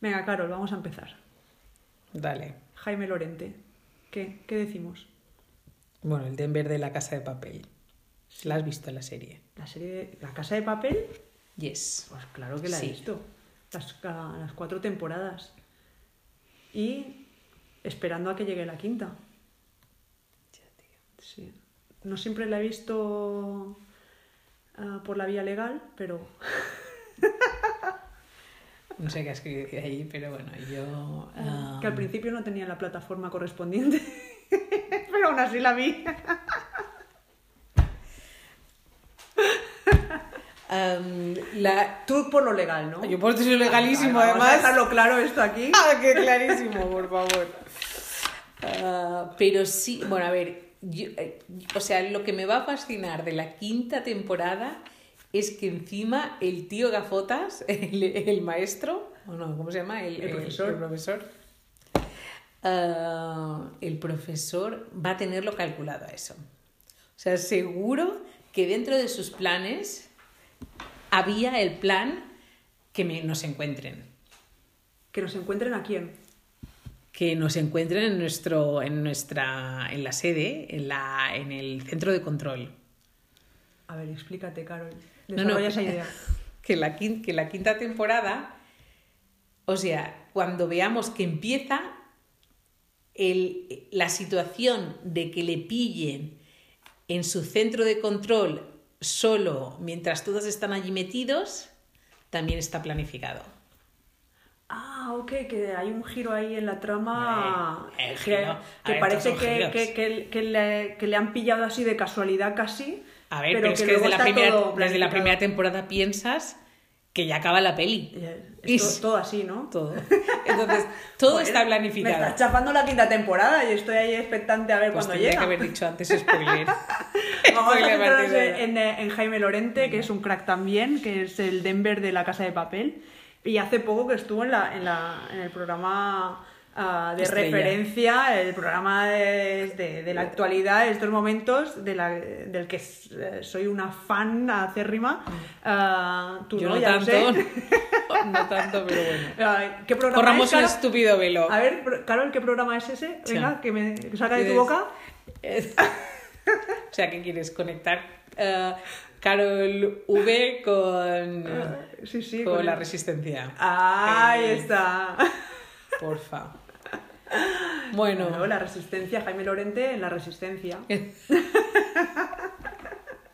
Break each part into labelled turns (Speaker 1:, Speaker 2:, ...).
Speaker 1: Venga, Carol, vamos a empezar.
Speaker 2: Dale.
Speaker 1: Jaime Lorente. ¿Qué? ¿Qué decimos?
Speaker 2: Bueno, el Denver de la casa de papel. ¿La has visto la serie?
Speaker 1: La serie de La Casa de Papel,
Speaker 2: Yes.
Speaker 1: pues claro que la
Speaker 2: Sí.
Speaker 1: he visto. Las, ca- las cuatro temporadas. Y esperando a que llegue la quinta. Sí. No siempre la he visto ah, por la vía legal, pero
Speaker 2: No sé qué has querido decir ahí, pero bueno, yo. ah,
Speaker 1: que al principio no tenía la plataforma correspondiente. pero aún así la vi.
Speaker 2: am, um, la...
Speaker 1: Tú por lo legal, ¿no?
Speaker 2: Yo por decirlo legalísimo,
Speaker 1: Vale, Vamos a
Speaker 2: además.
Speaker 1: dejarlo claro esto aquí.
Speaker 2: Ah, qué clarísimo, por favor. Ah, pero sí, bueno, a ver, yo- eh, o sea, lo que me va a fascinar de la quinta temporada es que encima el tío Gafotas, el, el maestro, o no, ¿cómo se llama?
Speaker 1: El profesor.
Speaker 2: El profesor. Ah, el profesor va a tenerlo calculado a eso. O sea, seguro que dentro de sus planes había el plan que me- nos encuentren
Speaker 1: Que nos encuentren a quién.
Speaker 2: que nos encuentren en nuestro en nuestra en la sede en la en el centro de control
Speaker 1: A ver, explícate, Carol.
Speaker 2: No, no.
Speaker 1: Desarrolla esa idea.
Speaker 2: que la quin- que la quinta temporada o sea cuando veamos que empieza el- la situación de que le pillen en su centro de control solo mientras todos están allí metidos también está planificado
Speaker 1: Ah, ok, que hay un giro ahí en la trama
Speaker 2: Eh,
Speaker 1: que-
Speaker 2: el giro. A
Speaker 1: que,
Speaker 2: ver,
Speaker 1: parece
Speaker 2: estos son
Speaker 1: que,
Speaker 2: giros.
Speaker 1: que- que- que le, que le han pillado así de casualidad casi.
Speaker 2: a ver pero, es que
Speaker 1: luego
Speaker 2: desde la
Speaker 1: está
Speaker 2: primera-
Speaker 1: todo
Speaker 2: desde la
Speaker 1: planificado.
Speaker 2: primera temporada piensas que ya acaba la peli
Speaker 1: Eh,
Speaker 2: Y-
Speaker 1: Es to- todo así, ¿no?
Speaker 2: todo. Entonces, todo
Speaker 1: Joder,
Speaker 2: está
Speaker 1: Me
Speaker 2: planificado.
Speaker 1: está chapando la quinta temporada y estoy ahí expectante a ver
Speaker 2: Pues
Speaker 1: cuándo
Speaker 2: tendría
Speaker 1: llega.
Speaker 2: que haber dicho antes spoiler.
Speaker 1: Vamos a
Speaker 2: Spoiler a partir
Speaker 1: centrarnos
Speaker 2: de ahora.
Speaker 1: en, eh, en Jaime Lorente, que es un crack también, que es el Denver de la Casa de Papel. Y hace poco que estuvo en, la, en, la- en el programa ah, de
Speaker 2: Estrella.
Speaker 1: referencia, el programa de, de- de la actualidad, de estos momentos, de la- del que eh, soy una fan acérrima.
Speaker 2: Mm.
Speaker 1: Ah, tú
Speaker 2: Yo
Speaker 1: no,
Speaker 2: no
Speaker 1: ya lo
Speaker 2: tanto.
Speaker 1: sé.
Speaker 2: No tanto, pero bueno.
Speaker 1: Ah, ¿Qué programa
Speaker 2: Corramos
Speaker 1: es,
Speaker 2: un
Speaker 1: Carol?
Speaker 2: estúpido velo.
Speaker 1: A ver, pro- Carol, ¿qué programa es ese? Venga,
Speaker 2: Sí.
Speaker 1: que me que salga de tu
Speaker 2: Dices-
Speaker 1: boca.
Speaker 2: Es- o sea, ¿qué quieres? ¿Conectar eh, Carol V con,
Speaker 1: Eh, Sí, Ah, sí.
Speaker 2: con
Speaker 1: con
Speaker 2: la
Speaker 1: el-
Speaker 2: resistencia?
Speaker 1: Ahí
Speaker 2: Eh,
Speaker 1: está.
Speaker 2: Porfa.
Speaker 1: Bueno,
Speaker 2: Bueno,
Speaker 1: la resistencia, Jaime Lorente en la resistencia.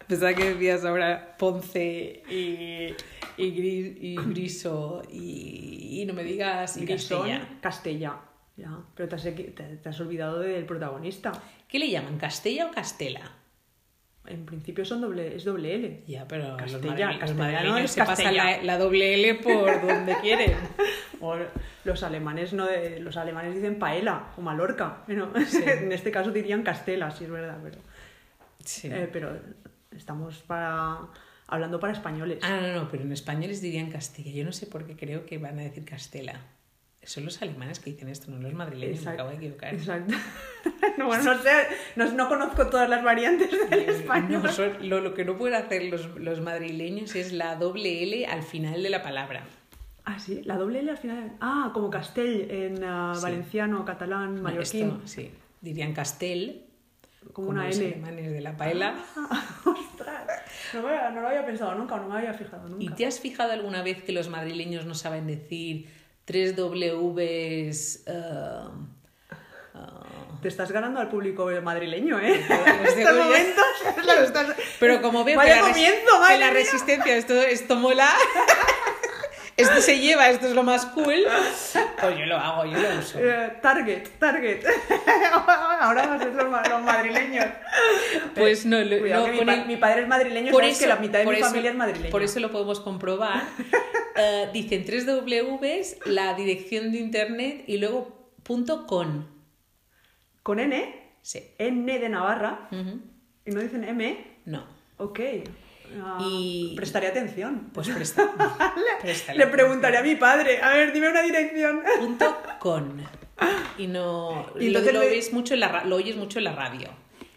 Speaker 2: Pensaba que decías ahora Ponce y, y, Gri- y Griso y, y no me digas y
Speaker 1: Grisón,
Speaker 2: Castella.
Speaker 1: Castella. Ya, pero te has, equi- te- te has olvidado del protagonista.
Speaker 2: ¿Qué le llaman? ¿Castella o Castela?
Speaker 1: En principio son doble, es doble L.
Speaker 2: Ya, pero
Speaker 1: Castella,
Speaker 2: los, madri- los
Speaker 1: castellano es
Speaker 2: madrileños se pasan
Speaker 1: Castella.
Speaker 2: la, la doble L por donde quieren.
Speaker 1: O los alemanes no de- los alemanes dicen paella o Mallorca. Bueno, en este caso dirían Castela, sí es verdad, pero,
Speaker 2: Sí.
Speaker 1: eh, pero estamos para hablando para españoles.
Speaker 2: Ah, no, no, pero en español les dirían Castilla. Yo no sé por qué creo que van a decir Castela. Son los alemanes que dicen esto, no los madrileños. Me acabo de equivocar.
Speaker 1: Exacto. No, bueno, no sé, no, no conozco todas las variantes del español.
Speaker 2: No, son- lo, lo que no pueden hacer los, los madrileños es la doble L al final de la palabra.
Speaker 1: Ah, sí, la doble L al final. Ah, como Castell en ah,
Speaker 2: Sí.
Speaker 1: valenciano, catalán, mallorquín.
Speaker 2: Esto, sí. Dirían castel,
Speaker 1: como una
Speaker 2: los
Speaker 1: L.
Speaker 2: alemanes de la paella.
Speaker 1: Ah, ostras, no, me- no lo había pensado nunca, no me había fijado nunca.
Speaker 2: ¿Y te has fijado alguna vez que los madrileños no saben decir tres Ws? eh, eh,
Speaker 1: Te estás ganando al público madrileño, ¿eh?
Speaker 2: En
Speaker 1: En estos momentos. lo estás-
Speaker 2: Pero como veo
Speaker 1: Vaya
Speaker 2: que, la res-
Speaker 1: comienzo,
Speaker 2: que
Speaker 1: madre
Speaker 2: la
Speaker 1: mía.
Speaker 2: resistencia, esto, esto mola, esto se lleva, esto es lo más cool, pues yo lo hago, yo lo uso.
Speaker 1: Eh, target, target. Ahora vas a ser los, ma- los madrileños.
Speaker 2: Pues no, lo-
Speaker 1: Cuidado, que
Speaker 2: no,
Speaker 1: mi,
Speaker 2: con
Speaker 1: pa-
Speaker 2: el-
Speaker 1: mi padre es madrileño,
Speaker 2: por
Speaker 1: sabes
Speaker 2: eso,
Speaker 1: que la mitad de
Speaker 2: por
Speaker 1: mi
Speaker 2: eso-
Speaker 1: familia es madrileña.
Speaker 2: Por eso lo podemos comprobar. Eh, dicen tres Ws, la dirección de internet y luego punto con.
Speaker 1: Con N,
Speaker 2: Sí.
Speaker 1: N de Navarra,
Speaker 2: Ujú.
Speaker 1: y no dicen M,
Speaker 2: No.
Speaker 1: ok. Ah,
Speaker 2: Y-
Speaker 1: Prestaré atención.
Speaker 2: Pues presta. préstale.
Speaker 1: Le preguntaré a mi padre, a ver, dime una dirección.
Speaker 2: Punto con. Y no.
Speaker 1: Y
Speaker 2: lo,
Speaker 1: entonces
Speaker 2: lo
Speaker 1: le-
Speaker 2: ves mucho en la, ra- lo oyes mucho en la radio.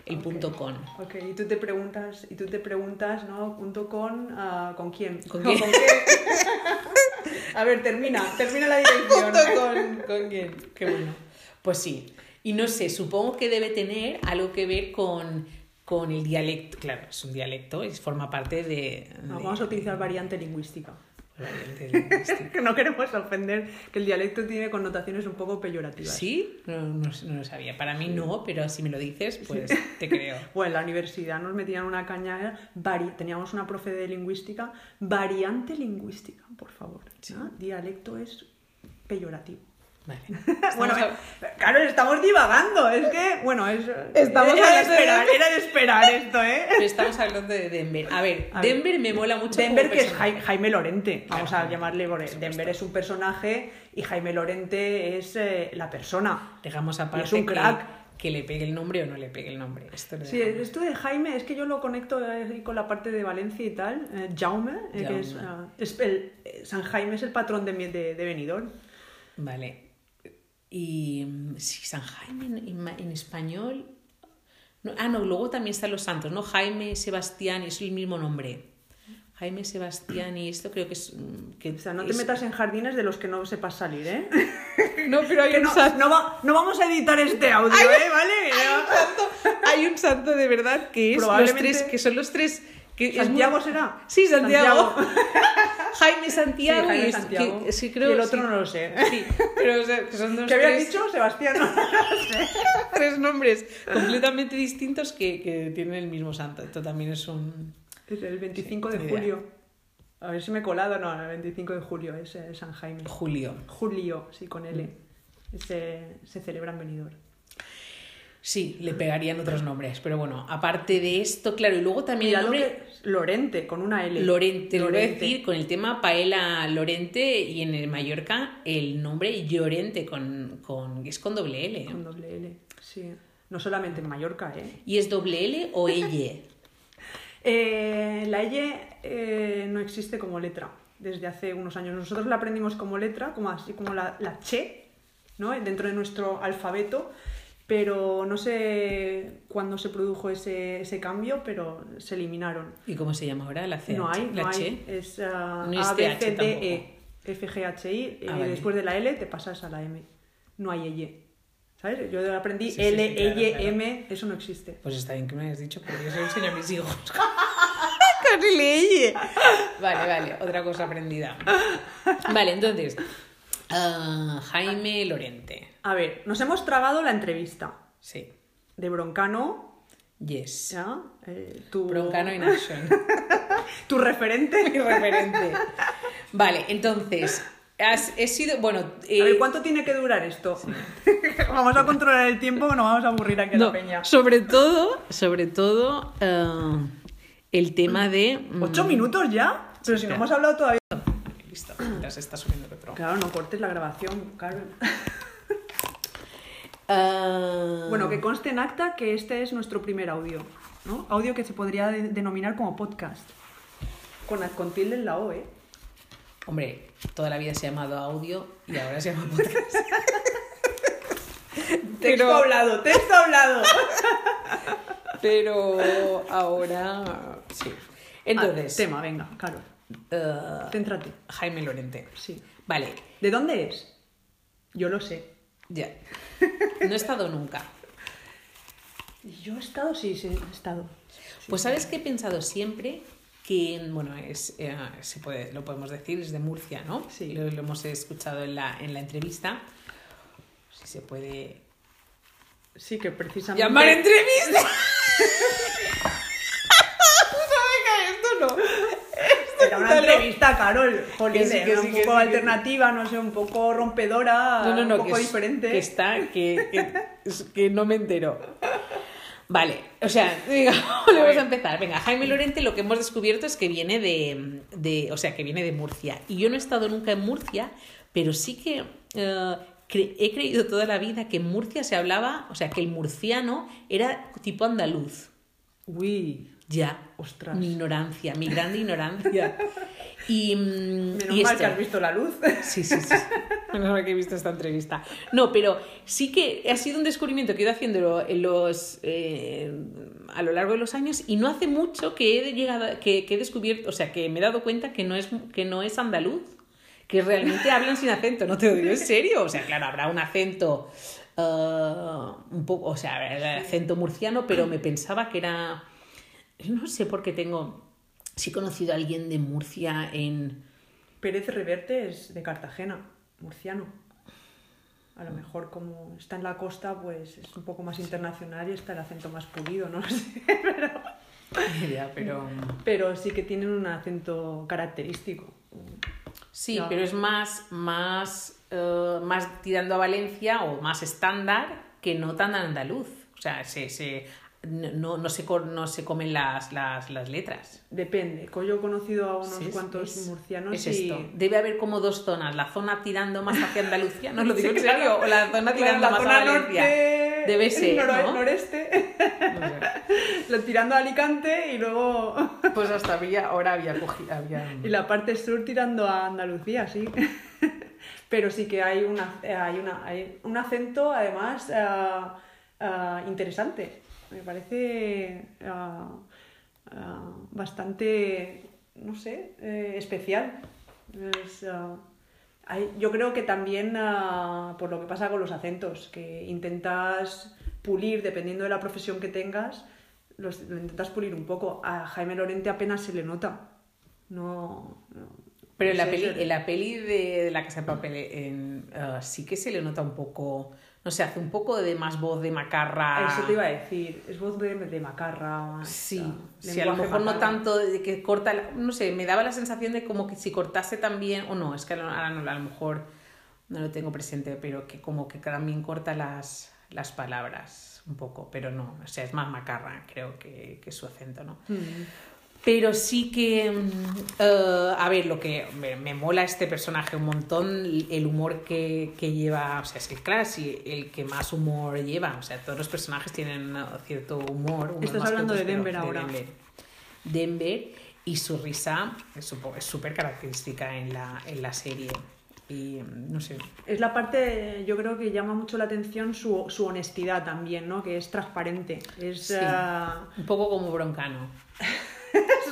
Speaker 2: El punto con.
Speaker 1: Ok, y tú te preguntas, y tú te preguntas, ¿no? Junto con, ah, ¿con quién?
Speaker 2: ¿Con quién?
Speaker 1: A ver, termina, termina la dirección.
Speaker 2: con, con quién. Qué bueno. Pues sí. Y no sé, supongo que debe tener algo que ver con, con el dialecto. Claro, es un dialecto, es, forma parte de.
Speaker 1: No,
Speaker 2: de-
Speaker 1: vamos a utilizar variante lingüística.
Speaker 2: de- de-
Speaker 1: Que no queremos ofender, que el dialecto tiene connotaciones un poco peyorativas.
Speaker 2: ¿Sí? No, no, no lo sabía. Para mí no, pero si me lo dices, pues te creo.
Speaker 1: Bueno, en la universidad nos metían una caña, era vari- teníamos una profe de lingüística, variante lingüística, por favor. ¿no? Dialecto es peyorativo.
Speaker 2: Vale.
Speaker 1: Bueno,
Speaker 2: Estamos a-
Speaker 1: eh, claro, estamos divagando, es que, bueno, es,
Speaker 2: Estamos
Speaker 1: era de
Speaker 2: hablando de-
Speaker 1: esperar, era de esperar esto, ¿eh?
Speaker 2: pero estamos hablando de Denver. A ver,
Speaker 1: A ver.
Speaker 2: Denver me mola mucho. como
Speaker 1: Denver, que es
Speaker 2: persona.
Speaker 1: Jai- Jaime Lorente, vamos
Speaker 2: Claro,
Speaker 1: a llamarle por Denver es un personaje y Jaime Lorente es eh, la persona.
Speaker 2: Dejamos aparte
Speaker 1: es un
Speaker 2: que-
Speaker 1: crack.
Speaker 2: Que, le pegue el nombre o no le pegue el nombre. Esto lo
Speaker 1: Sí,
Speaker 2: dejamos.
Speaker 1: esto de Jaime, es que yo lo conecto eh, con la parte de Valencia y tal, eh, Jaume, eh, que es,
Speaker 2: Jaume.
Speaker 1: ah, es el- eh, San Jaime es el patrón de, mi- de, de Benidorm.
Speaker 2: Vale. Y mm, sí, San Jaime en, en ma- en español. No, ah, no, luego también están los santos, ¿no? Jaime, Sebastián, es el mismo nombre. Jaime, Sebastián y esto creo que es. mm, Que
Speaker 1: O sea, no te
Speaker 2: es-
Speaker 1: metas en jardines de los que no sepas salir, ¿eh?
Speaker 2: No, pero hay
Speaker 1: Que
Speaker 2: un,
Speaker 1: no,
Speaker 2: santo,
Speaker 1: no va- no vamos a editar este audio, ¿eh? ¿Vale?
Speaker 2: hay un santo de verdad que es los
Speaker 1: Probablemente-
Speaker 2: tres, que son los tres. Que es muy-
Speaker 1: ¿Santiago será?
Speaker 2: Sí, Santiago.
Speaker 1: Santiago.
Speaker 2: Jaime Santiago
Speaker 1: Sí, Jaime
Speaker 2: y es-
Speaker 1: Santiago.
Speaker 2: que- sí, creo,
Speaker 1: Y el otro
Speaker 2: sí.
Speaker 1: no lo sé.
Speaker 2: Sí, pero o sea, que son los
Speaker 1: ¿Qué habías
Speaker 2: tres-
Speaker 1: dicho, Sebastián?
Speaker 2: tres nombres completamente distintos que, que tienen el mismo santo. Esto también es un...
Speaker 1: Es el 25
Speaker 2: ni
Speaker 1: de
Speaker 2: idea.
Speaker 1: julio. A ver si me he colado, no, el 25 de julio es eh, San Jaime.
Speaker 2: Julio.
Speaker 1: Julio, sí, con L. Se, se celebra en Benidorm.
Speaker 2: Sí, le pegarían otros nombres, pero bueno, aparte de esto, claro, y luego también
Speaker 1: Mira
Speaker 2: el
Speaker 1: lo
Speaker 2: nombre
Speaker 1: que es Lorente, con una L.
Speaker 2: Lorente, lo voy a
Speaker 1: Lorente.
Speaker 2: decir con el tema Paela Lorente y en el Mallorca el nombre Llorente con, con es con doble L.
Speaker 1: Con doble L, sí. No solamente en Mallorca, ¿eh?
Speaker 2: ¿Y es doble L o E L?
Speaker 1: Eh, la L eh, no existe como letra desde hace unos años. Nosotros la aprendimos como letra, como así como la, la che, ¿no? dentro de nuestro alfabeto, pero no sé cuándo se produjo ese, ese cambio, pero se eliminaron.
Speaker 2: ¿Y cómo se llama ahora la C?
Speaker 1: No hay,
Speaker 2: la
Speaker 1: no
Speaker 2: H?
Speaker 1: hay. Es ah,
Speaker 2: No es
Speaker 1: A, B,
Speaker 2: TH
Speaker 1: C, D,
Speaker 2: tampoco.
Speaker 1: E, F, G, H, I, y
Speaker 2: Ah, vale.
Speaker 1: después de la L te pasas a la M. No hay L. ¿Sabes? Yo aprendí
Speaker 2: Sí, sí,
Speaker 1: L,
Speaker 2: sí, claro,
Speaker 1: L,
Speaker 2: claro.
Speaker 1: M, eso no existe.
Speaker 2: Pues está bien que me hayas dicho, porque yo se lo enseño a mis hijos. ¡Con ley! Vale, vale, otra cosa aprendida. Vale, entonces, ah, Jaime Lorente.
Speaker 1: A ver, nos hemos tragado la entrevista.
Speaker 2: Sí,
Speaker 1: de Broncano,
Speaker 2: yes.
Speaker 1: ¿ya? Eh, tu,
Speaker 2: Broncano in action.
Speaker 1: tu referente.
Speaker 2: Mi referente. Vale, entonces, has, he sido, bueno...
Speaker 1: A ver,
Speaker 2: eh,
Speaker 1: ¿cuánto tiene que durar esto? vamos a controlar el tiempo, que nos vamos a aburrir aquí en
Speaker 2: no,
Speaker 1: la peña.
Speaker 2: sobre todo, sobre todo, ah, el tema de... mm,
Speaker 1: ¿Ocho minutos ya? Pero si no
Speaker 2: claro.
Speaker 1: hemos hablado todavía.
Speaker 2: Listo, ya se está subiendo el otro.
Speaker 1: Claro, no cortes la grabación, Carmen.
Speaker 2: Ah,
Speaker 1: Bueno, que conste en acta que este es nuestro primer audio, ¿no? Audio que se podría de- denominar como podcast. Con, la- con tilde en la O, ¿eh?
Speaker 2: Hombre, toda la vida se ha llamado audio y ahora se llama podcast.
Speaker 1: Texto
Speaker 2: Pero-
Speaker 1: hablado, texto hablado.
Speaker 2: Pero ahora sí.
Speaker 1: Ah,
Speaker 2: Entonces,
Speaker 1: tema, venga, claro.
Speaker 2: eh,
Speaker 1: Céntrate,
Speaker 2: Jaime Lorente.
Speaker 1: sí.
Speaker 2: Vale,
Speaker 1: ¿De dónde es? Yo lo sé.
Speaker 2: ya. No he estado nunca.
Speaker 1: Yo he estado, sí, sí, he estado.
Speaker 2: Pues sabes que he pensado siempre que, bueno, es, eh, se puede, lo podemos decir, es de Murcia, ¿no?
Speaker 1: Sí.
Speaker 2: Lo, lo hemos escuchado en la, en la entrevista. Si se puede
Speaker 1: Sí, que precisamente.
Speaker 2: llamar entrevista. no me cae esto, no.
Speaker 1: Era una
Speaker 2: Dale.
Speaker 1: entrevista, Carol. Jolín,
Speaker 2: Que sí, que
Speaker 1: era
Speaker 2: sí,
Speaker 1: un
Speaker 2: que
Speaker 1: poco
Speaker 2: sí, que
Speaker 1: alternativa, no sé, un poco rompedora,
Speaker 2: No, no, no,
Speaker 1: un poco
Speaker 2: que, es-
Speaker 1: diferente.
Speaker 2: que está, que, que- es que no me entero. Vale, o sea, venga, volvemos a empezar. Venga, Jaime Lorente lo que hemos descubierto es que viene de, de- o sea, que viene de Murcia. Y yo no he estado nunca en Murcia, pero sí que eh, cre- he creído toda la vida que en Murcia se hablaba, o sea, que el murciano era tipo andaluz.
Speaker 1: Uy,
Speaker 2: Ya,
Speaker 1: Ostras.
Speaker 2: mi ignorancia, mi grande ignorancia. Y, mm,
Speaker 1: menos
Speaker 2: y
Speaker 1: mal que
Speaker 2: esto.
Speaker 1: has visto la luz.
Speaker 2: Sí, sí, sí. Menos mal que he visto esta entrevista. No, pero sí que ha sido un descubrimiento que he ido haciéndolo en los, eh, a lo largo de los años y no hace mucho que he llegado, que, que he descubierto, o sea, que me he dado cuenta que no es, que no es andaluz, que realmente hablan sin acento, no te lo digo en serio. O sea, claro, habrá un acento uh, un poco, o sea, habrá el acento murciano, pero me pensaba que era, no sé por qué tengo, sí he conocido a alguien de Murcia en...
Speaker 1: Pérez Reverte es de Cartagena, murciano. A lo mejor como está en la costa, pues es un poco más internacional y está el acento más pulido, no lo sé, pero...
Speaker 2: Ni idea, pero... mm.
Speaker 1: Pero sí que tienen un acento característico.
Speaker 2: Sí,
Speaker 1: Ya.
Speaker 2: pero es más, más, eh, más tirando a Valencia o más estándar que no tan andaluz. O sea, se, se, no, no, se, co- no se comen las, las, las letras.
Speaker 1: Depende. co- Yo he conocido a unos
Speaker 2: Sí, es-
Speaker 1: cuantos
Speaker 2: es-
Speaker 1: murcianos
Speaker 2: es
Speaker 1: y...
Speaker 2: esto. Debe haber como dos zonas. La zona tirando más hacia Andalucía, no lo digo
Speaker 1: Sí,
Speaker 2: en serio,
Speaker 1: claro.
Speaker 2: o la zona
Speaker 1: Claro,
Speaker 2: tirando
Speaker 1: la
Speaker 2: más
Speaker 1: zona
Speaker 2: a Valencia.
Speaker 1: norte,
Speaker 2: Debe
Speaker 1: el
Speaker 2: ser,
Speaker 1: noro-
Speaker 2: ¿no?
Speaker 1: noreste,
Speaker 2: No sé.
Speaker 1: lo tirando a Alicante y luego...
Speaker 2: Pues hasta había, ahora había cogido... Había...
Speaker 1: Y la parte sur tirando a Andalucía, sí. Pero sí que hay, una, eh, hay, una, hay un acento, además, ah, ah, interesante. Me parece ah, ah, bastante, no sé, eh, especial. Es, ah, hay- yo creo que también ah, por lo que pasa con los acentos, que intentas pulir, dependiendo de la profesión que tengas, los, lo intentas pulir un poco. A Jaime Lorente apenas se le nota. No. no.
Speaker 2: Pero en
Speaker 1: No
Speaker 2: la
Speaker 1: sé,
Speaker 2: peli,
Speaker 1: yo-
Speaker 2: en la peli de, de La Casa de Papel en, eh, sí que se le nota un poco, no sé, hace un poco de más voz de macarra.
Speaker 1: Eso te iba a decir, es voz de, de macarra.
Speaker 2: Sí,
Speaker 1: ah,
Speaker 2: sí, a lo
Speaker 1: lenguaje
Speaker 2: mejor no
Speaker 1: macarra.
Speaker 2: tanto de que corta, la- no sé, me daba la sensación de como que si cortase también, o no, es que ahora no, a lo mejor no lo tengo presente, pero que como que también corta las, las palabras un poco, pero no, o sea, es más macarra, creo que, que su acento, ¿no?
Speaker 1: Mm.
Speaker 2: Pero sí que, mm, eh, a ver, lo que me, me mola este personaje un montón, el humor que, que lleva, o sea, es que claro, sí, el que más humor lleva, o sea, todos los personajes tienen eh, cierto humor. humor
Speaker 1: Estás
Speaker 2: más que
Speaker 1: hablando de
Speaker 2: otros, pero
Speaker 1: Denver ahora.
Speaker 2: Denver. Denver y su risa es supo- es súper característica en la, en la serie. Y mm, no sé,
Speaker 1: Es la parte, yo creo que llama mucho la atención su, su honestidad también, ¿no? Que es transparente. Es,
Speaker 2: Sí.
Speaker 1: ah,
Speaker 2: un poco como broncano.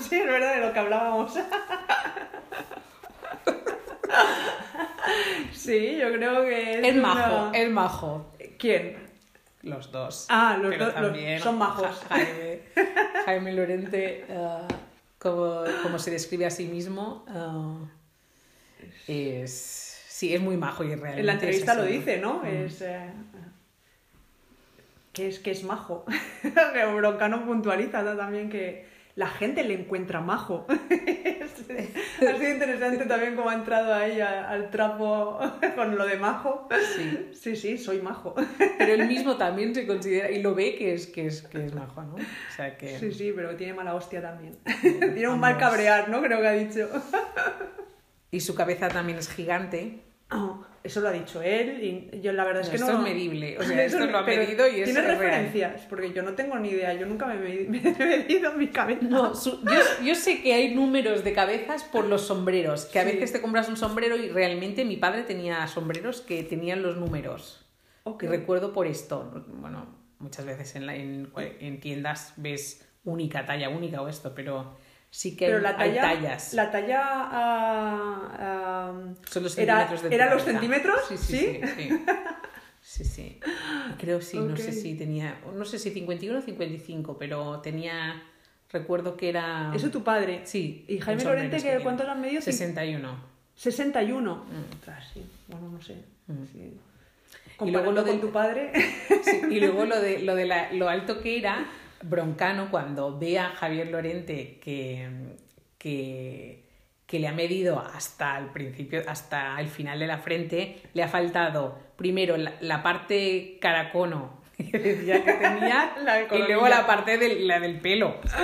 Speaker 1: Sí, es verdad, de lo que hablábamos. Sí, yo creo que es.
Speaker 2: Es majo,
Speaker 1: una-
Speaker 2: es majo.
Speaker 1: ¿Quién?
Speaker 2: Los dos.
Speaker 1: Ah, los
Speaker 2: Pero
Speaker 1: dos- los-
Speaker 2: también
Speaker 1: son majos.
Speaker 2: Ja- Jaime, Jaime Lorente, eh, como, como se describe a sí mismo, eh, es, sí, es muy majo y realmente
Speaker 1: En la
Speaker 2: es
Speaker 1: entrevista
Speaker 2: así,
Speaker 1: lo dice, ¿no?
Speaker 2: Mm.
Speaker 1: Es. eh, que es que es majo. Pero Broncano puntualiza ¿no? también que la gente le encuentra majo. Es- ha sido interesante también cómo ha entrado ahí a- al trapo con lo de majo.
Speaker 2: Sí.
Speaker 1: Sí, sí, soy majo.
Speaker 2: Pero él mismo también se considera y lo ve que es, que es, que es majo, ¿no? O sea que...
Speaker 1: Sí, sí, pero tiene mala hostia también. tiene un mal
Speaker 2: Ambos.
Speaker 1: cabrear, ¿no? Creo que ha dicho.
Speaker 2: Y su cabeza también es gigante.
Speaker 1: Eso lo ha dicho él y yo la verdad es que
Speaker 2: Ah. esto
Speaker 1: no...
Speaker 2: es medible. O sea,
Speaker 1: Eso
Speaker 2: esto lo ha
Speaker 1: pero
Speaker 2: medido y es
Speaker 1: Tiene
Speaker 2: es real.
Speaker 1: referencias, porque yo no tengo ni idea, yo nunca me he medi- me he medido mi cabeza.
Speaker 2: No, su- yo, yo sé que hay números de cabezas por los sombreros, que a
Speaker 1: Sí.
Speaker 2: veces te compras un sombrero y realmente mi padre tenía sombreros que tenían los números.
Speaker 1: Ok.
Speaker 2: Y recuerdo por esto, bueno, muchas veces en, la- en cual- en tiendas ves única, talla única o esto, pero sí que hay,
Speaker 1: Pero la
Speaker 2: hay
Speaker 1: talla,
Speaker 2: tallas.
Speaker 1: la talla ah, ah,
Speaker 2: Son los
Speaker 1: era,
Speaker 2: centímetros de tu
Speaker 1: era los
Speaker 2: cabeza.
Speaker 1: centímetros,
Speaker 2: Sí, sí, sí. sí. Sí, sí. Creo sí, no sé
Speaker 1: Ok.
Speaker 2: si tenía, no sé si 51 o 55, pero tenía, recuerdo que era...
Speaker 1: Eso tu padre.
Speaker 2: Ah. Sí.
Speaker 1: ¿Y Jaime
Speaker 2: mucho
Speaker 1: Lorente
Speaker 2: menos
Speaker 1: que
Speaker 2: pequeño.
Speaker 1: cuántos han medido?
Speaker 2: 61.
Speaker 1: 61. Ostras, sí. Bueno, no sé. Sí.
Speaker 2: Mm. Y luego
Speaker 1: Comparando
Speaker 2: lo Eh, de-
Speaker 1: con tu padre.
Speaker 2: Sí, Y luego lo de, lo, de la- lo alto que era, Broncano, cuando ve a Javier Lorente que, que, que le ha medido hasta el principio, hasta el final de la frente, le ha faltado primero la, la parte caracono que decía que tenía
Speaker 1: La
Speaker 2: y
Speaker 1: coronilla.
Speaker 2: luego la parte del, la del pelo. O sea,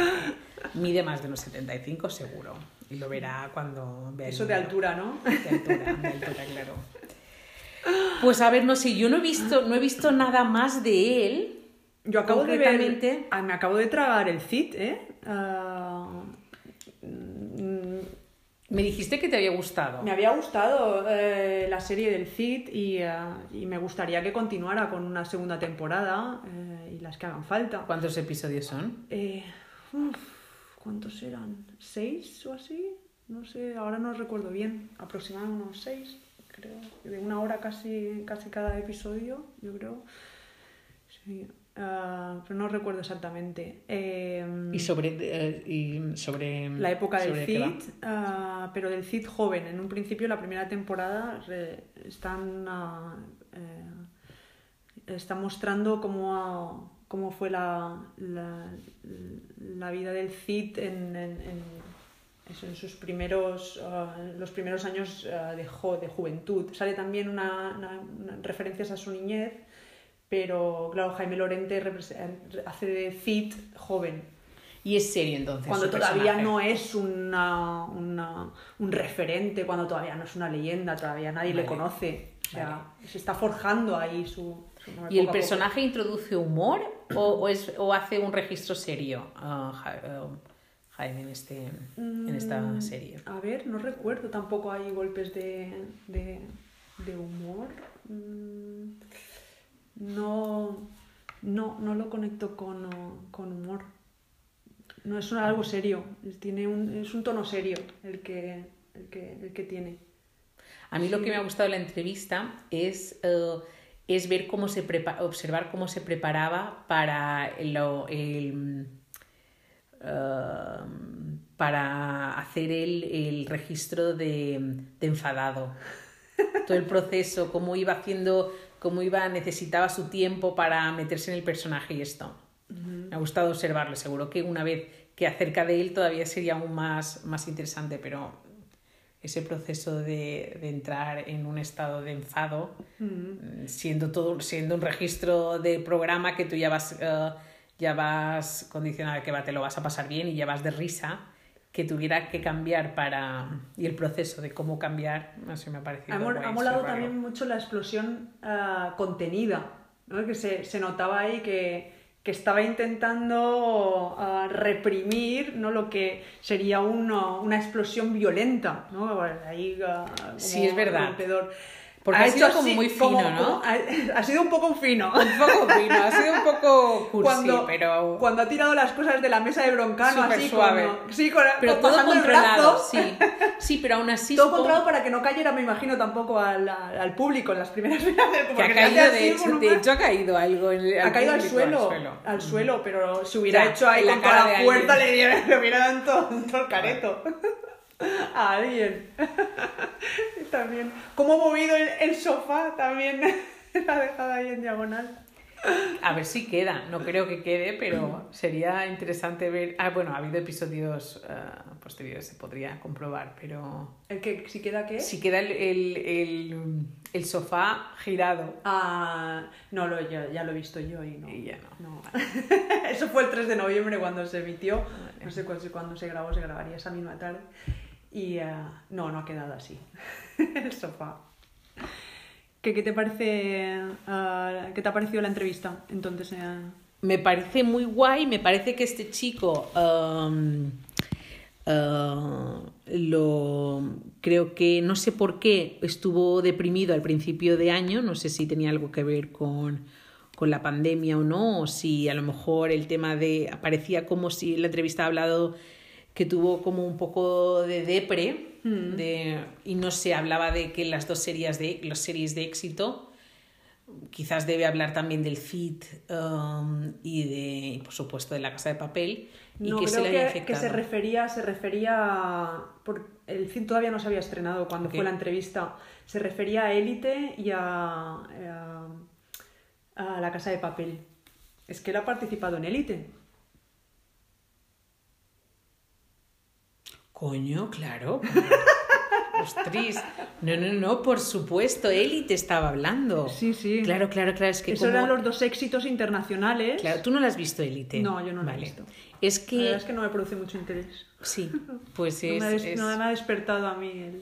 Speaker 2: que Mide más de unos 75 seguro. Y lo verá cuando vea el
Speaker 1: Eso de
Speaker 2: número.
Speaker 1: altura, ¿no?
Speaker 2: De altura, de altura, claro. Pues a ver, no sé, yo no he visto, no he visto nada más de él.
Speaker 1: Yo acabo de ver,
Speaker 2: Concretamente-
Speaker 1: ah, me acabo de tragar el CIT, ¿eh? Ah, mm,
Speaker 2: Me dijiste que te había gustado.
Speaker 1: me había gustado eh, la serie del CIT y, ah, y me gustaría que continuara con una segunda temporada eh, y las que hagan falta.
Speaker 2: ¿Cuántos episodios son?
Speaker 1: Eh, uf, ¿Cuántos eran? ¿Seis o así? no sé, ahora no recuerdo bien, aproximadamente unos seis, creo, de una hora casi, casi cada episodio, yo creo. Sí, ah, pero no recuerdo exactamente. Eh,
Speaker 2: Y sobre, eh, y sobre
Speaker 1: la época del
Speaker 2: em, sobre qué va.
Speaker 1: Cid, ah, pero del Cid joven. En un principio, la primera temporada re- están, ah, eh, está mostrando cómo, ha- cómo fue la, la, la vida del Cid en, en- en- eso, en sus primeros, ah, los primeros años ah, de, jo- de juventud. Sale también una, una- una- referencias a su niñez, pero claro, Jaime Lorente represe- hace de Cid joven.
Speaker 2: Y es serio entonces.
Speaker 1: Cuando
Speaker 2: su
Speaker 1: todavía
Speaker 2: personaje.
Speaker 1: no es una, una- un referente, cuando todavía no es una leyenda, todavía nadie le
Speaker 2: Vale.
Speaker 1: conoce. O sea, se está forjando ahí su... su-
Speaker 2: ¿Y el
Speaker 1: poco a poco.
Speaker 2: personaje introduce humor o, o es, o hace un registro serio? Ah, Ja- ah, Jaime en, este, en esta serie.
Speaker 1: Mm, A ver, no recuerdo, tampoco hay golpes de, de, de humor. Mm, No, no, no lo conecto con, oh, con humor. No es algo serio, es- tiene un, es un tono serio el que, el que, el que tiene.
Speaker 2: A mí lo que me ha gustado de la entrevista es, eh, es ver cómo se prepa- observar cómo se preparaba para lo- el, eh, para hacer el, el registro de, de enfadado. Todo el proceso, cómo iba haciendo, cómo iba, necesitaba su tiempo para meterse en el personaje y esto. Me ha gustado observarlo. Seguro que una vez que acerca de él todavía sería aún más, más interesante, pero ese proceso de, de entrar en un estado de enfado,
Speaker 1: Mm.
Speaker 2: mm, siendo, todo, siendo un registro de programa que tú ya vas, eh, ya vas condicionado a que va, te lo vas a pasar bien y ya vas de risa, que tuviera que cambiar para... Y el proceso de cómo cambiar, no sé, me ha parecido...
Speaker 1: Ha, mol-
Speaker 2: guay
Speaker 1: ha molado
Speaker 2: observarlo.
Speaker 1: también mucho la explosión ah, contenida, ¿no? que se, se notaba ahí que, que estaba intentando ah, reprimir ¿no? lo que sería uno- una explosión violenta. ¿no? Ahí, ah, como
Speaker 2: Sí, es verdad.
Speaker 1: rompedor.
Speaker 2: Porque ha sido
Speaker 1: hecho
Speaker 2: como muy fino, ¿no?
Speaker 1: ha, ha sido un poco fino.
Speaker 2: Un poco fino, ha sido un poco cursi,
Speaker 1: Cuando,
Speaker 2: pero...
Speaker 1: cuando ha tirado las cosas de la mesa de broncano,
Speaker 2: Súper
Speaker 1: así
Speaker 2: suave.
Speaker 1: con- sí, con-
Speaker 2: pero
Speaker 1: con-
Speaker 2: todo
Speaker 1: pasando el
Speaker 2: controlado,
Speaker 1: brazo.
Speaker 2: sí. Sí, pero aún así...
Speaker 1: Todo
Speaker 2: supongo-
Speaker 1: controlado para que no cayera, me imagino, tampoco al, al público en las primeras finales.
Speaker 2: que
Speaker 1: porque
Speaker 2: ha
Speaker 1: se hace
Speaker 2: caído,
Speaker 1: así
Speaker 2: de hecho,
Speaker 1: con un-
Speaker 2: de hecho, ha caído algo. en el-
Speaker 1: ha caído al
Speaker 2: público,
Speaker 1: suelo, al suelo, pero se hubiera
Speaker 2: Ya,
Speaker 1: hecho ahí
Speaker 2: en la
Speaker 1: con
Speaker 2: cara
Speaker 1: toda
Speaker 2: de
Speaker 1: la
Speaker 2: alguien.
Speaker 1: fuerza, le, hubiera- le hubiera dado en todo, en todo el careto. A alguien. también. Cómo ha movido el, el sofá también. la ha dejado ahí en diagonal.
Speaker 2: A ver si queda, no creo que quede, pero sería interesante ver. Ah, bueno, ha habido episodios eh, posteriores, se podría comprobar, pero.
Speaker 1: ¿El que si queda qué?
Speaker 2: Si queda el, el, el- el sofá girado.
Speaker 1: Ah, no, lo, ya, ya lo he visto yo y no.
Speaker 2: Y ya no.
Speaker 1: No. Eso fue el 3 de noviembre cuando se emitió. No sé cu- si cuándo se grabó, se grabaría esa misma tarde. Y eh, no, no ha quedado así. el sofá. ¿Qué, qué te parece? eh, ¿Qué te ha parecido la entrevista? Entonces, eh,
Speaker 2: Me parece muy guay, me parece que este chico. um, uh, lo creo que no sé por qué estuvo deprimido al principio de año, no sé si tenía algo que ver con, con la pandemia o no, o si a lo mejor el tema de aparecía como si en la entrevista ha hablado que tuvo como un poco de depre de, y no se hablaba de que las dos series de las series de éxito quizás debe hablar también del fit um, y de y por supuesto de la casa de papel y
Speaker 1: no,
Speaker 2: que se
Speaker 1: creo
Speaker 2: le había
Speaker 1: que, que
Speaker 2: afectado
Speaker 1: se refería, se refería a- por, el film todavía no se había estrenado cuando
Speaker 2: Ok.
Speaker 1: fue la entrevista. Se refería a Élite y a, eh, a, a La Casa de Papel. Es que él ha participado en Élite.
Speaker 2: Coño, claro. Ostris. No, no, no, por supuesto, Eli te estaba hablando.
Speaker 1: Sí, sí.
Speaker 2: Claro, claro, claro. Es que
Speaker 1: Esos
Speaker 2: como-
Speaker 1: eran los dos éxitos internacionales.
Speaker 2: Claro, tú no la has visto, Elite.
Speaker 1: No, yo no la he
Speaker 2: Vale.
Speaker 1: visto.
Speaker 2: Es
Speaker 1: La
Speaker 2: que.
Speaker 1: verdad es que no me produce mucho interés.
Speaker 2: Sí, pues
Speaker 1: No
Speaker 2: es.
Speaker 1: me ha des-
Speaker 2: es-
Speaker 1: no me ha despertado a mí el,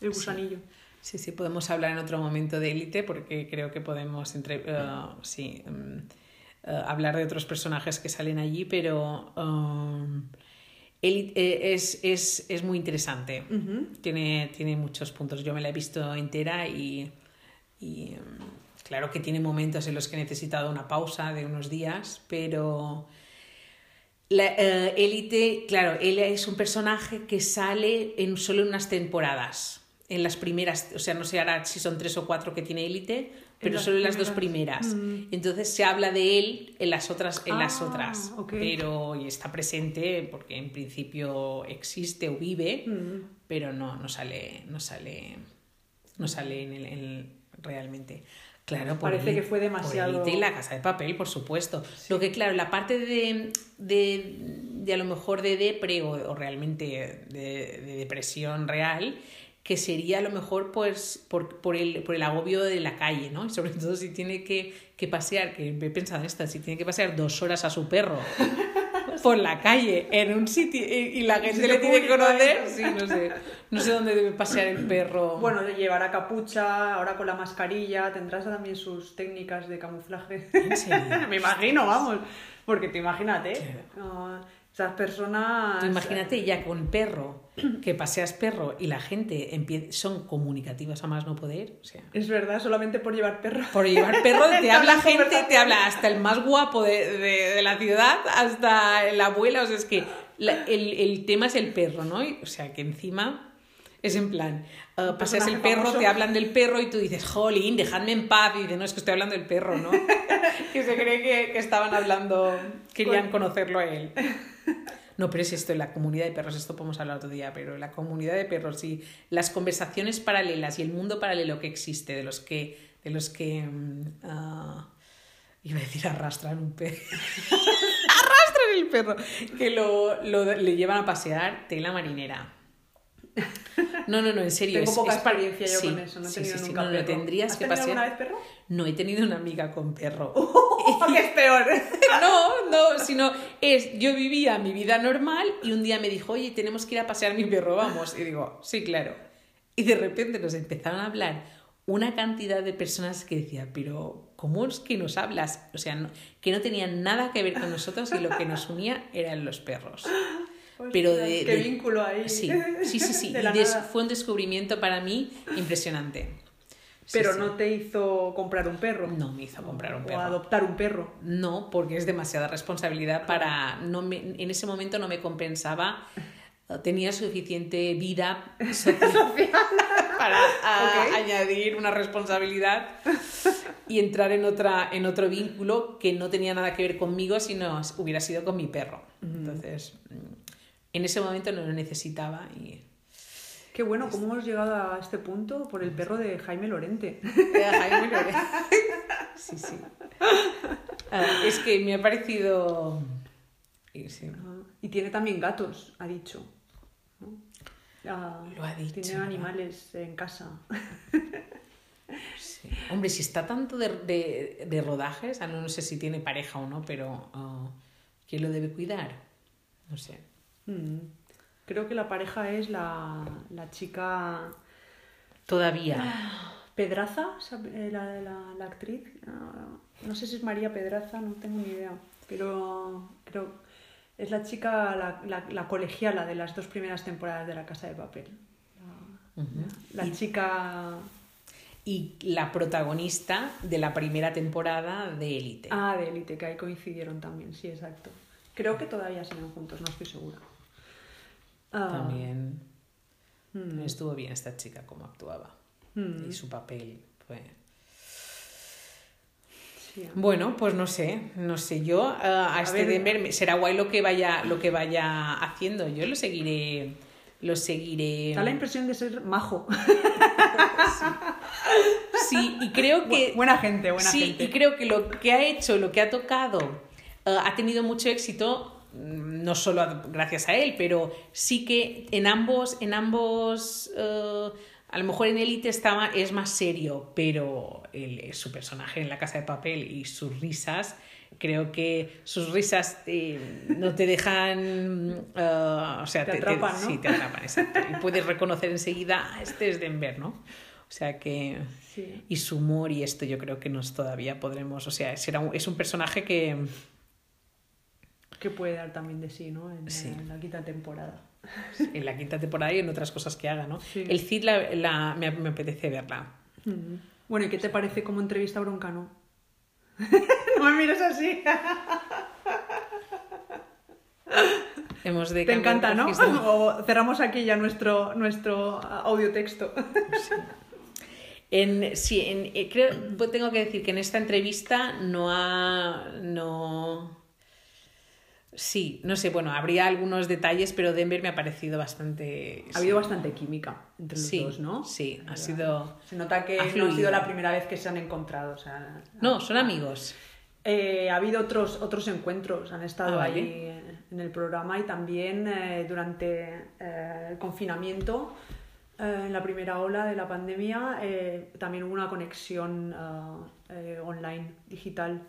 Speaker 1: el gusanillo.
Speaker 2: Sí, sí, podemos hablar en otro momento de Élite porque creo que podemos entre- eh, sí, mm, eh, hablar de otros personajes que salen allí, pero um, Éli- eh, es, es- es muy interesante. tiene, tiene muchos puntos. Yo me la he visto entera y, y, mm, claro que tiene momentos en los que he necesitado una pausa de unos días, pero La eh, élite, claro, él es un personaje que sale en solo unas temporadas. En las primeras, o sea, no sé ahora si son tres o cuatro que tiene élite, pero
Speaker 1: las Mm.
Speaker 2: solo en las dos primeras. Entonces se habla de él en las otras, en las
Speaker 1: Ah,
Speaker 2: otras.
Speaker 1: ok.
Speaker 2: Pero y está presente porque en principio existe o vive, pero no, no sale, no sale, no sale en el, en- realmente. Claro, por
Speaker 1: Parece
Speaker 2: Elite-
Speaker 1: que fue
Speaker 2: por
Speaker 1: demasiado-
Speaker 2: Elite y la casa de papel, por supuesto. Lo que, claro, la parte de, de, de a lo mejor de depre o, o realmente de, de depresión real, que sería a lo mejor pues por, por, el, por el agobio de la calle, ¿no? Y sobre todo si tiene que, que pasear, que he pensado en esta, si tiene que pasear dos horas a su perro por la calle, en un sitio, y y la gente
Speaker 1: sitio
Speaker 2: le tiene que
Speaker 1: público,
Speaker 2: conocer,
Speaker 1: ¿eh?
Speaker 2: sí, no sé, no sé dónde debe pasear el perro.
Speaker 1: Bueno, llevará capucha, ahora con la mascarilla, tendrás también sus técnicas de camuflaje.
Speaker 2: ¿En serio?
Speaker 1: Me imagino, vamos. Porque te imagínate,
Speaker 2: Sí.
Speaker 1: ah, esas personas...
Speaker 2: Tú Imagínate ya con perro, que paseas perro y la gente empie- son comunicativas a más no poder. O sea,
Speaker 1: Es verdad, solamente por llevar perro.
Speaker 2: por llevar perro te habla
Speaker 1: Entablan
Speaker 2: gente, te
Speaker 1: conversación.
Speaker 2: habla hasta el más guapo de, de- de la ciudad, hasta la abuela. O sea, es que la- el, el tema es el perro, ¿no? Y, o sea, que encima es en plan, uh, paseas el
Speaker 1: personaje
Speaker 2: perro,
Speaker 1: famoso.
Speaker 2: te hablan del perro y tú dices, jolín, dejadme en paz. Y dices, no, es que estoy hablando del perro, ¿no? que se cree que, que estaban hablando, querían conocerlo a él. No, pero es esto, la comunidad de perros, esto podemos hablar otro día, pero la comunidad de perros y las conversaciones paralelas y el mundo paralelo que existe de los que, de los que, mm, ah, iba a decir arrastran un perro, arrastran el perro, que lo, lo- le llevan a pasear tela marinera. No, no, no, en serio.
Speaker 1: Tengo
Speaker 2: es-
Speaker 1: poca
Speaker 2: es par-
Speaker 1: experiencia yo
Speaker 2: sí,
Speaker 1: con eso, no he
Speaker 2: sí,
Speaker 1: tenido
Speaker 2: sí, sí,
Speaker 1: nunca
Speaker 2: no, no,
Speaker 1: perro.
Speaker 2: tendrías
Speaker 1: ¿Has
Speaker 2: que
Speaker 1: tenido alguna
Speaker 2: pasear.
Speaker 1: vez Uh. perro?
Speaker 2: No, he tenido una amiga con perro.
Speaker 1: que es peor.
Speaker 2: No, no, sino es, yo vivía mi vida normal y un día me dijo, oye, tenemos que ir a pasear mi perro, vamos. Y digo, sí, claro. Y de repente nos empezaron a hablar una cantidad de personas que decía, pero ¿cómo es que nos hablas? O sea, no- que no tenían nada que ver con nosotros y lo que nos unía eran los perros. Pero
Speaker 1: Ostras,
Speaker 2: de-
Speaker 1: Qué
Speaker 2: de-
Speaker 1: vínculo ahí.
Speaker 2: Sí, sí, sí, sí.
Speaker 1: De
Speaker 2: Y
Speaker 1: la
Speaker 2: des-
Speaker 1: nada.
Speaker 2: fue un descubrimiento para mí impresionante. Sí,
Speaker 1: Pero
Speaker 2: sí.
Speaker 1: no te hizo comprar un perro.
Speaker 2: No me hizo comprar un
Speaker 1: O
Speaker 2: perro.
Speaker 1: adoptar un perro.
Speaker 2: No, porque es demasiada responsabilidad para... No me- en ese momento no me compensaba. eh, Tenía suficiente vida social para a-
Speaker 1: Ok.
Speaker 2: añadir una responsabilidad y entrar en, otra, en otro vínculo que no tenía nada que ver conmigo, sino s- hubiera sido con mi perro. Entonces, mm, en ese momento no lo necesitaba. Y...
Speaker 1: Qué bueno, ¿cómo hemos llegado a este punto? Por el perro de Jaime Lorente.
Speaker 2: Ay, bueno, sí, sí. Ah, es que me ha parecido... y sí.
Speaker 1: Y tiene también gatos, ha dicho. ¿no? Ah,
Speaker 2: Lo ha dicho,
Speaker 1: Tiene
Speaker 2: ¿verdad?
Speaker 1: animales en casa.
Speaker 2: Sí. Hombre, si está tanto de, de, de rodajes, ah, no, no sé si tiene pareja o no, pero ah, ¿quién lo debe cuidar? No sé.
Speaker 1: Mm. Creo que la pareja es la, la chica
Speaker 2: Todavía.
Speaker 1: Pedraza, ¿sab- eh, la, la- la actriz. Ah, No sé si es María Pedraza, no tengo ni idea. Pero creo es la chica, la, la- la colegiala de las dos primeras temporadas de La Casa de Papel. La, la chica...
Speaker 2: Y la protagonista de la primera temporada de Élite.
Speaker 1: Ah, de Elite, que ahí coincidieron también, sí, exacto. Creo que todavía siguen juntos, no estoy segura. Ah,
Speaker 2: También
Speaker 1: mm,
Speaker 2: estuvo bien esta chica como actuaba.
Speaker 1: Mm.
Speaker 2: Y su papel fue...
Speaker 1: sí.
Speaker 2: Bueno, pues no sé, no sé yo. eh, a este
Speaker 1: ver.
Speaker 2: Denver me- será guay lo que vaya, lo que vaya haciendo. Yo lo seguiré, lo seguiré.
Speaker 1: Da la impresión de ser majo.
Speaker 2: Sí, y creo que
Speaker 1: buena gente, buena
Speaker 2: sí,
Speaker 1: gente.
Speaker 2: y creo que lo que ha hecho, lo que ha tocado, eh, ha tenido mucho éxito, mm, no solo a- gracias a él, pero sí que en ambos, en ambos, eh, a lo mejor en Elite estaba, es más serio, pero el- su personaje en La Casa de Papel y sus risas, creo que sus risas eh, no te dejan, eh, o sea,
Speaker 1: Te atrapan, ¿no?
Speaker 2: sí, te atrapan, exacto. Y puedes reconocer enseguida, "Ah, este es Denver, ¿no? O sea que
Speaker 1: Sí.
Speaker 2: y su humor y esto yo creo que nos todavía podremos, o sea, será un- es un personaje que
Speaker 1: Que puede dar también de sí, ¿no? En, la-
Speaker 2: Sí.
Speaker 1: en la quinta temporada.
Speaker 2: en la quinta temporada y en otras cosas que haga, ¿no?
Speaker 1: Sí.
Speaker 2: El Cid la, la- me, me apetece verla.
Speaker 1: Mm. Bueno, ¿y qué te parece como entrevista a Broncano? no me mires así.
Speaker 2: Hemos de
Speaker 1: Te
Speaker 2: cambiar
Speaker 1: encanta,
Speaker 2: el
Speaker 1: ¿no?
Speaker 2: registro.
Speaker 1: O cerramos aquí ya nuestro, nuestro audiotexto.
Speaker 2: En, sí, en- eh, creo, pues tengo que decir que en esta entrevista no ha. No. Sí, no sé, bueno, habría algunos detalles, pero Denver me ha parecido bastante.
Speaker 1: Ha habido bastante química entre los
Speaker 2: sí,
Speaker 1: dos, ¿no?
Speaker 2: Sí, ha
Speaker 1: Ya.
Speaker 2: sido.
Speaker 1: Se nota que
Speaker 2: ha
Speaker 1: no ha sido
Speaker 2: fluido.
Speaker 1: la primera vez que se han encontrado. O sea,
Speaker 2: No, son amigos.
Speaker 1: Eh, ha habido otros, otros encuentros, han estado
Speaker 2: Ah, vale.
Speaker 1: ahí en el programa y también eh, durante eh, el confinamiento, eh, en la primera ola de la pandemia, eh, también hubo una conexión ah, eh, online, digital,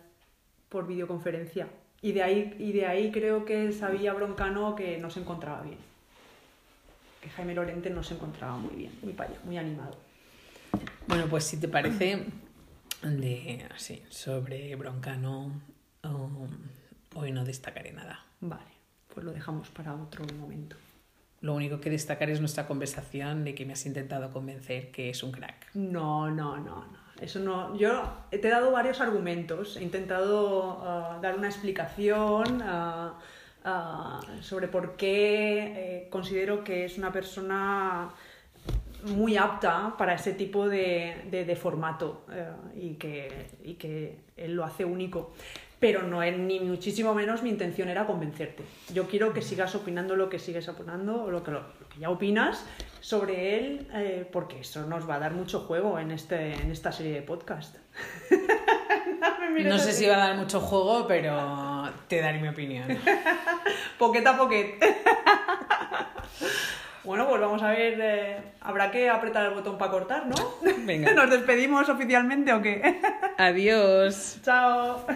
Speaker 1: por videoconferencia. Y de, ahí, y de ahí creo que sabía Broncano que no se encontraba bien. Que Jaime Lorente no se encontraba muy bien, muy para allá, muy animado.
Speaker 2: Bueno, pues si te parece, de, sí, sobre Broncano, um, hoy no destacaré nada.
Speaker 1: Vale, pues lo dejamos para otro momento.
Speaker 2: Lo único que destacar es nuestra conversación de que me has intentado convencer que es un crack.
Speaker 1: No, no, no, no. Eso no. Yo te he dado varios argumentos. He intentado ah, dar una explicación ah, ah, sobre por qué eh, considero que es una persona muy apta para ese tipo de, de- de formato eh, y, que, y que él lo hace único. Pero no es ni muchísimo menos mi intención era convencerte. Yo quiero que sigas opinando lo que sigues opinando o lo que, lo, lo que ya opinas sobre él, eh, porque eso nos va a dar mucho juego en, este, en esta serie de podcast. Me miras
Speaker 2: No eh. sé
Speaker 1: así,
Speaker 2: si va a dar mucho juego, pero te daré mi opinión.
Speaker 1: Poquet a poquet. bueno, pues vamos a ver. eh, habrá que apretar el botón para cortar, ¿no?
Speaker 2: Venga.
Speaker 1: ¿Nos despedimos oficialmente o qué?
Speaker 2: Adiós.
Speaker 1: Chao.